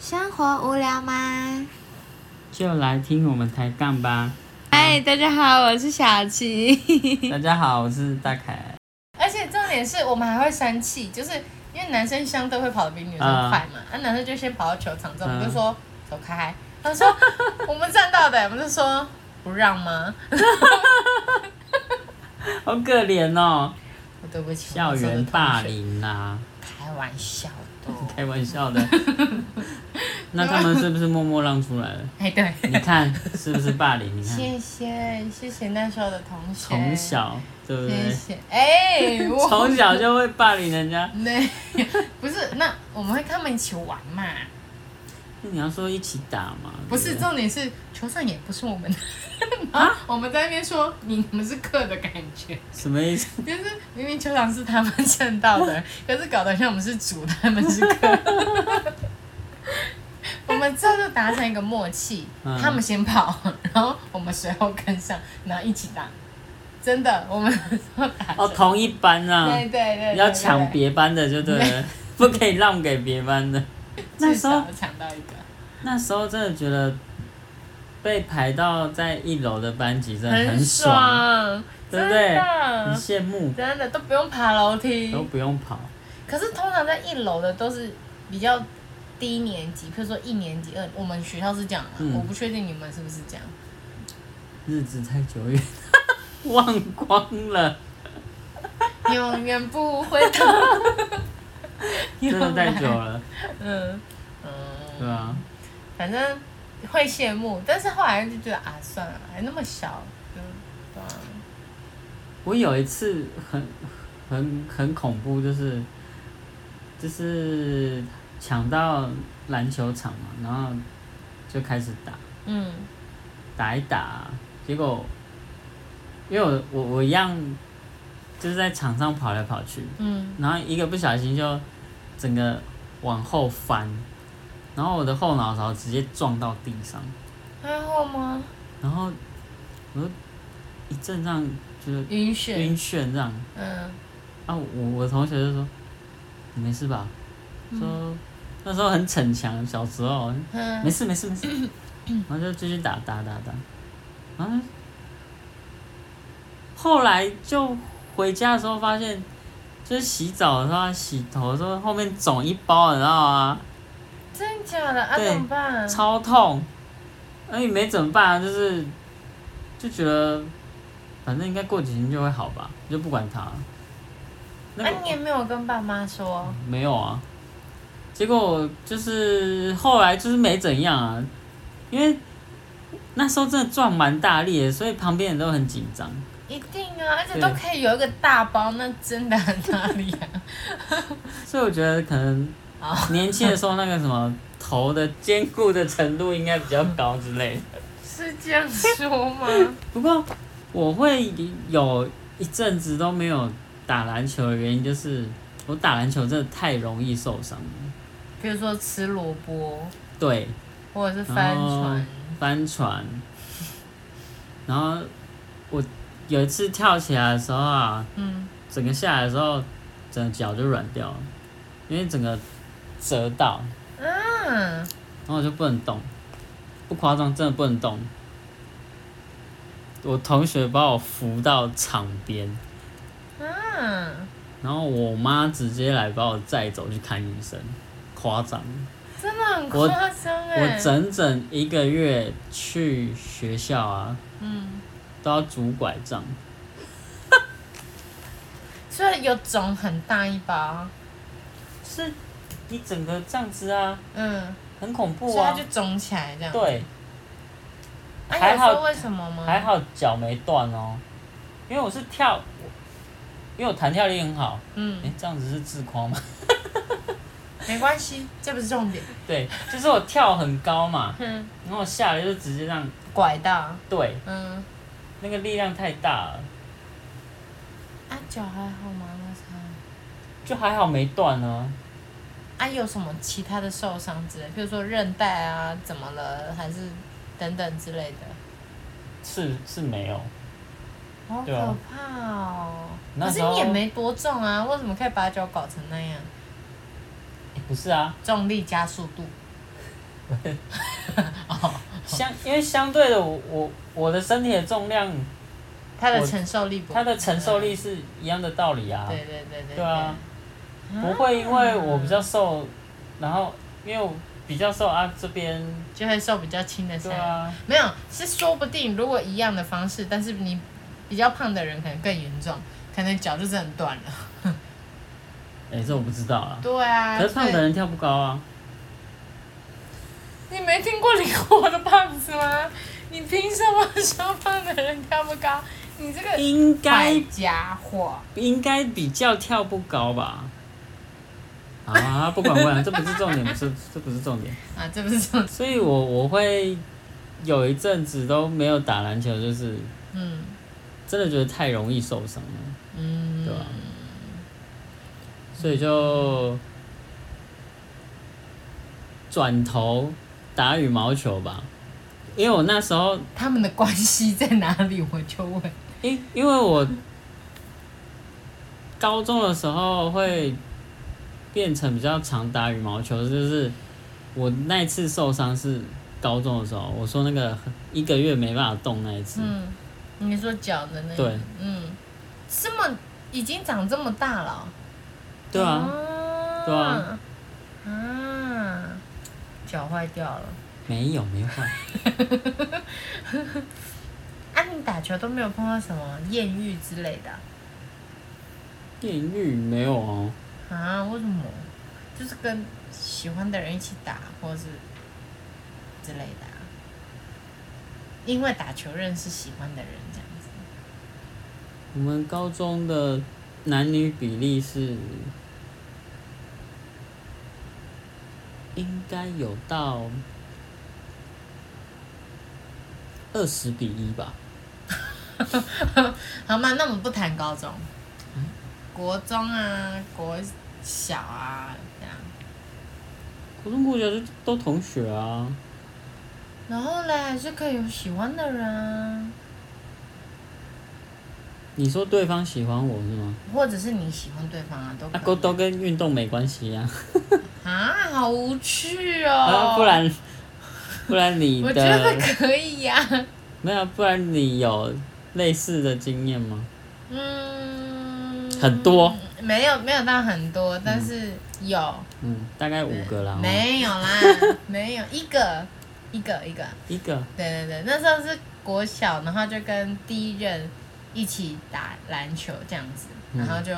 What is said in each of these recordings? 生活无聊吗？就来听我们抬杠吧。 嗨，大家好，我是小琪。大家好，我是大凯。而且重点是我们还会生气，就是因为男生相对会跑得比女生快嘛，啊，男生就先跑到球场之后，啊我们就说走开，他 说我们站到的，我们就说不让吗？好可怜哦，我对不起，校我园们霸这个同学，凌啦、开玩笑的。开玩笑 的。那他们是不是默默让出来了？哎，对，你看是不是霸凌？你看，谢谢谢谢那时候的同学，从小对谢不对？谢，哎，我从小就会霸凌人家。对，不是那我们会跟他们一起玩嘛？那你要说一起打嘛？不是，对对重点是球场也不是我们的，啊 然后我们在那边说你们是客的感觉。什么意思？就是明明球场是他们蹭到 的，可是搞得像我们是主，他们是客。我们这就达成一个默契，嗯他们先跑，然后我们随后跟上，然后一起打。真的，我们打哦，同一班啊。对对对对，你要抢对别班的就 对了，不可以让给别班的。那至时候少抢到一个，那时候真的觉得被排到在一楼的班级真的很爽，爽，对真不对很的羡慕，真的都不用爬楼梯都。不用跑。可是通常在一楼的都是比较低年级，比如说一年级、二，我们学校是这样、啊嗯我不确定你们是不是这样。日子太久远， 忘光了，永远不回头。 真的太久了， 嗯对啊嗯，吧、反正会羡慕，但是后来就觉得啊，算了，还那么小，嗯，对啊我有一次很很很恐怖，就是就是抢到篮球场嘛，然后就开始打。嗯打一打，结果因为我我我一样就是在场上跑来跑去，嗯，然后一个不小心就整个往后翻，然后我的后脑勺直接撞到地上，还好吗？然后我就一阵这样就是晕眩，晕眩这样，嗯，啊我我同学就说你没事吧？说那时候很逞强，小时候没嗯，事没 事没事，然后就继续打打打打，然后后来就回家的时候发现，就是洗澡的时候啊洗头的时候后面肿一包，你知道吗？真假的啊？对怎么办？超痛，那也没怎么办啊，就是就觉得反正应该过几天就会好吧，就不管它了。那啊个、，你也没有跟爸妈说，没有啊。结果就是后来就是没怎样啊，因为那时候真的撞蛮大力的，所以旁边人都很紧张。一定啊，而且都可以有一个大包，那真的很大力啊。 所以我觉得可能哦年轻的时候那个什么头的坚固的程度应该比较高之类的。是这样说吗？不过我会有一阵子都没有打篮球的原因，就是我打篮球真的太容易受伤了。 比如说吃萝卜，对，或者是帆哦船，翻船，然后我有一次跳起来的时候啊，嗯，整个下来的时候，整个脚就软掉了，因为整个折到，嗯，然后我就不能动，不夸张，真的不能动。我同学把我扶到场边，嗯，然后我妈直接来把我载走去看医生，夸张。真的很夸张哎。我整整一个月去学校啊，嗯，都要拄拐杖。所以有肿很大一包，是你整个这样子啊，嗯，很恐怖所以它啊就。肿起来这样。对，啊，还你有好说为什么吗？还，好脚没断哦，因为我是跳，因为我弹跳力很好。哎、嗯，这样子是自夸吗？ 没关系，这不是重点。对，就是我跳很高嘛，嗯，然后我下来就直接这样，拐到，对，嗯，那个力量太大了，啊，脚还好吗？那时候，就还好没断啊。啊，有什么其他的受伤之类，比如说韧带啊，怎么了，还是等等之类的，是是没有，好对啊可怕哦。那可时是候你也没多重啊，为什么可以把脚搞成那样？诶不是啊，重力加速度，相因为相对的我我我的身体的重量，他的我承受力不，啊它的承受力是一样的道理啊。对，对对对对对啊，不会因为我比较瘦，然后因为我比较瘦啊这边，就会受比较轻的伤对。啊，没有，是说不定如果一样的方式，但是你比较胖的人可能更严重，可能脚就真的断了。哎、这我不知道啊。对啊，可是胖的人跳不高啊，所以你没听过灵活的胖子吗？你凭什么说胖的人跳不高？你这个应该坏家伙！应该比较跳不高 吧？啊，不管不管，这不是重点，不是这不是重点。啊，这不是这种，所以我我会有一阵子都没有打篮球，就是嗯真的觉得太容易受伤了。嗯，对吧、所以就转头打羽毛球吧，因为我那时候，他们的关系在哪里？我就问。因因为我高中的时候会变成比较常打羽毛球，就是我那一次受伤是高中的时候，我说那个一个月没办法动那一次，嗯，你说脚的那对，嗯，这么已经长这么大了哦、对啊，啊对啊，啊，脚坏掉了。没有没换，啊，你打球都没有碰到什么艳遇之类的啊艳遇没有哦。啊？为什么？就是跟喜欢的人一起打，或是之类的、啊，因为打球认识喜欢的人这样子。我们高中的男女比例是应该有到二十比一吧？好嘛，那我们不谈高中，嗯国中啊，国小啊这样。国中、国小就都同学啊，然后嘞，还是可以有喜欢的人啊，你说对方喜欢我是吗？或者是你喜欢对方啊，都啊，可都以都跟运动没关系啊，啊，好无趣哦。啊，不然不然你我觉得的可以呀、没有，不然你有类似的经验吗？嗯，很多，没有没有到很多，但是有、嗯，大概五个啦，哦没有 啦，没有一个一个一个，一个，对对对，那时候是国小，然后就跟第一任一起打篮球这样子，嗯然后就、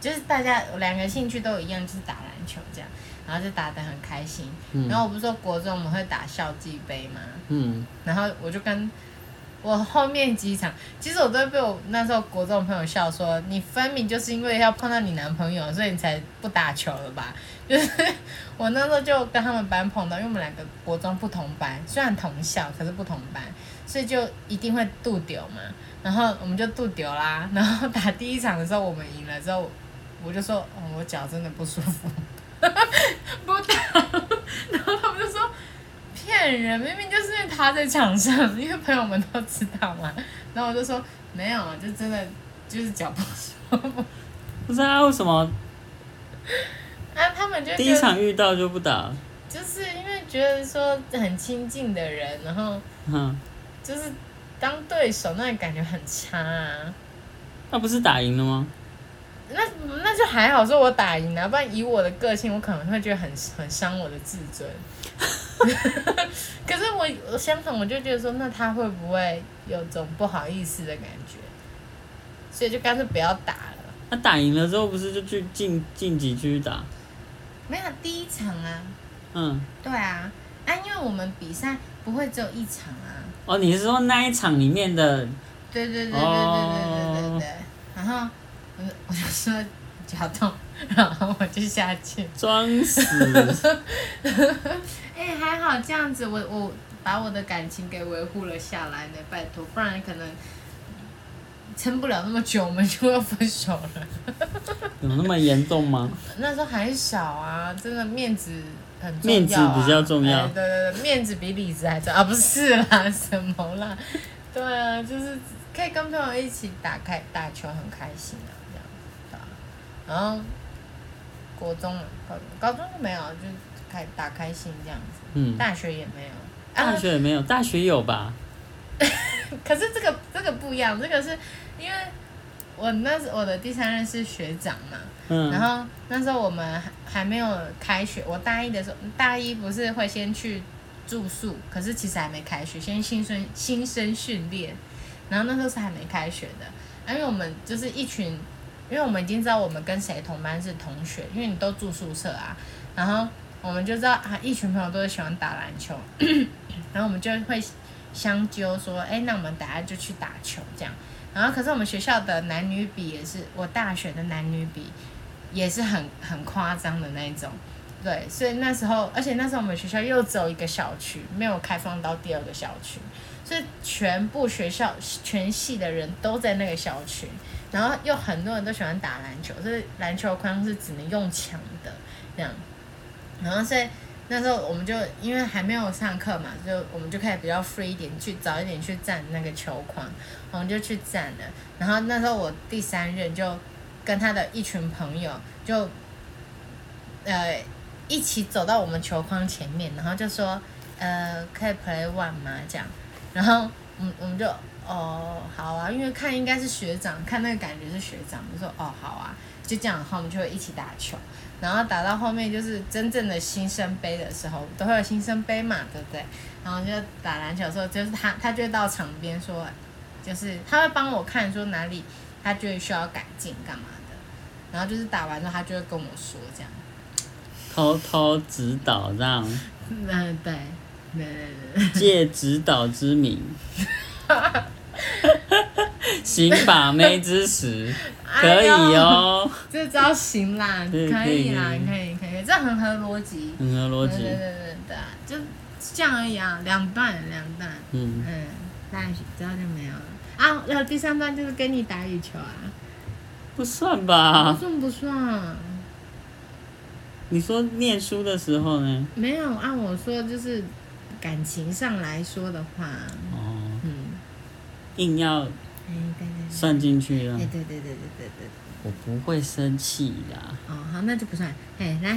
就是大家两个兴趣都一样，就是打篮球这样，然后就打得很开心。嗯然后我不是说国中我们会打校际杯吗？嗯，然后我就跟我后面几场，其实我都被我那时候国中朋友笑说，你分明就是因为要碰到你男朋友，所以你才不打球了吧？ 就是我那时候就跟他们班碰到，因为我们两个国中不同班，虽然同校，可是不同班，所以就一定会度丢嘛。然后我们就度丢啦，然后打第一场的时候我们赢了之后，我就说，哦，我脚真的不舒服， 不打了。 然后他们就说，骗人，明明就是因为他在场上，因为朋友们都知道嘛。 然后我就说没有，啊就真的就是脚不舒服。不知道为什么啊，他们就第一觉得场遇到就不打了。就是因为觉得说很亲近的人，然后嗯，就是当对手，那感觉很差啊。那不是打赢了吗？那那就还好，说我打赢啊了，不然以我的个性，我可能会觉得很很伤我的自尊。可是我我相反，我就觉得说，那他会不会有种不好意思的感觉？所以就干脆不要打了。那、打赢了之后不是就去晋晋级继续打？没有第一场啊，嗯，对啊，啊，因为我们比赛不会只有一场啊。哦，你是说那一场里面的？对对对对对对对对对。然后我就我就说脚痛， 然后我就下去。装死，哎、还好这样子我，我把我的感情给维护了下来呢，拜托，不然可能撑不了那么久，我们就要分手了。有那么严重 吗？那时候还小啊，真的面子很重要、啊，面子比较重要哎对对对，面子比里子还重要啊，不是啦，什么啦？对啊，就是可以跟朋友一起打开打球，很开心啊，这样子。对啊然后国中嘛，高高中就没有，就开打开心这样子。嗯，大学也没有，啊大学也没有，大学有吧？ 可是这个这个不一样，这个是因为我那时我的第三任是学长嘛，嗯，然后那时候我们还还没有开学，我大一的时候，大一不是会先去住宿，可是其实还没开学，先新生新生训练，然后那时候是还没开学的，啊因为我们就是一群，因为我们已经知道我们跟谁同班是同学，因为你都住宿舍啊，然后我们就知道啊，一群朋友都是喜欢打篮球， 然后我们就会相揪说，哎，那我们等下就去打球这样。然后，可是我们学校的男女比也是，我大学的男女比也是很很夸张的那一种。对，所以那时候，而且那时候我们学校又只有一个校区，没有开放到第二个校区，所以全部学校全系的人都在那个校区，然后又很多人都喜欢打篮球，所以篮球框是只能用抢的这样。然后所以那时候我们就因为还没有上课嘛，就我们就开始比较 free 一点，去早一点去站那个球框，我们就去站了。然后那时候我第三任就跟他的一群朋友就，呃，一起走到我们球框前面，然后就说，呃，可以 play one 吗？这样，然后我们我们就哦好啊，因为看应该是学长，看那个感觉是学长，我就说哦好啊，就这样，然后我们就会一起打球。然后打到后面就是真正的新生杯的时候，都会有新生杯嘛，对不对？然后就打篮球的时候，就是他他就会到场边说，就是他会帮我看说哪里他觉得需要改进干嘛的，然后就是打完之后他就会跟我说这样，偷偷指导这样，嗯对，对对借指导之 名，刑法妹之 实，可以哎哦，这招行啦，可对以啦可以，可以可以，这很合逻辑，很对合嗯逻对辑对，对对啊，就这样而已啊，两段两段。嗯，嗯，大学之后就没有了啊。然后第三段就是跟你打羽球啊，不算吧？算不算？你说念书的时候呢？没有，按我说就是感情上来说的话，哦，嗯，硬要哎，对对算进去啊了对，哎，，对对对对对对，我不会生气啦。哦，好，那就不算。哎，来，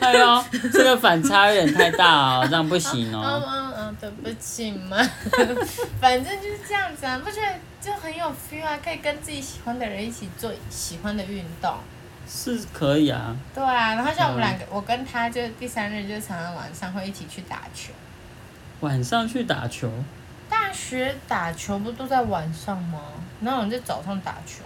哎呦，这个反差有点太大哦，这样不行嗯 哦。嗯嗯，对不起嘛， 反正就是这样子啊，不觉得就很有 feel 啊？可以跟自己喜欢的人一起做喜欢的运动。是可以啊，对啊，然后像我们两个，我跟他就第三日就常常晚上会一起去打球。晚上去打球，大学打球不都在晚上吗？哪有人在早上打球？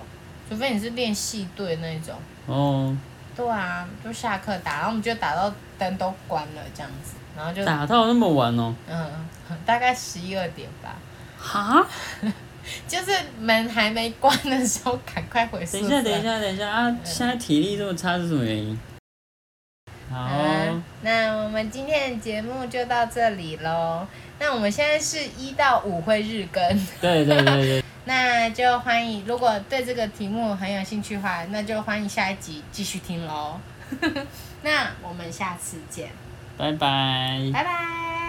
除非你是练系队那一种。哦，对啊，就下课打，然后我们就打到灯都关了这样子，然后就打到那么晚哦。嗯，大概十一二点吧，哈，就是门还没关的时候赶快回宿舍。等一下，等一下，等一下啊！现在体力这么差是什么原因？好哎哦嗯，那我们今天的节目就到这里喽。那我们现在是一到五会日更。 对对对对，那就欢迎，如果对这个题目很有兴趣的话，那就欢迎下一集继 续听喽。那我们下次见，拜拜。拜拜。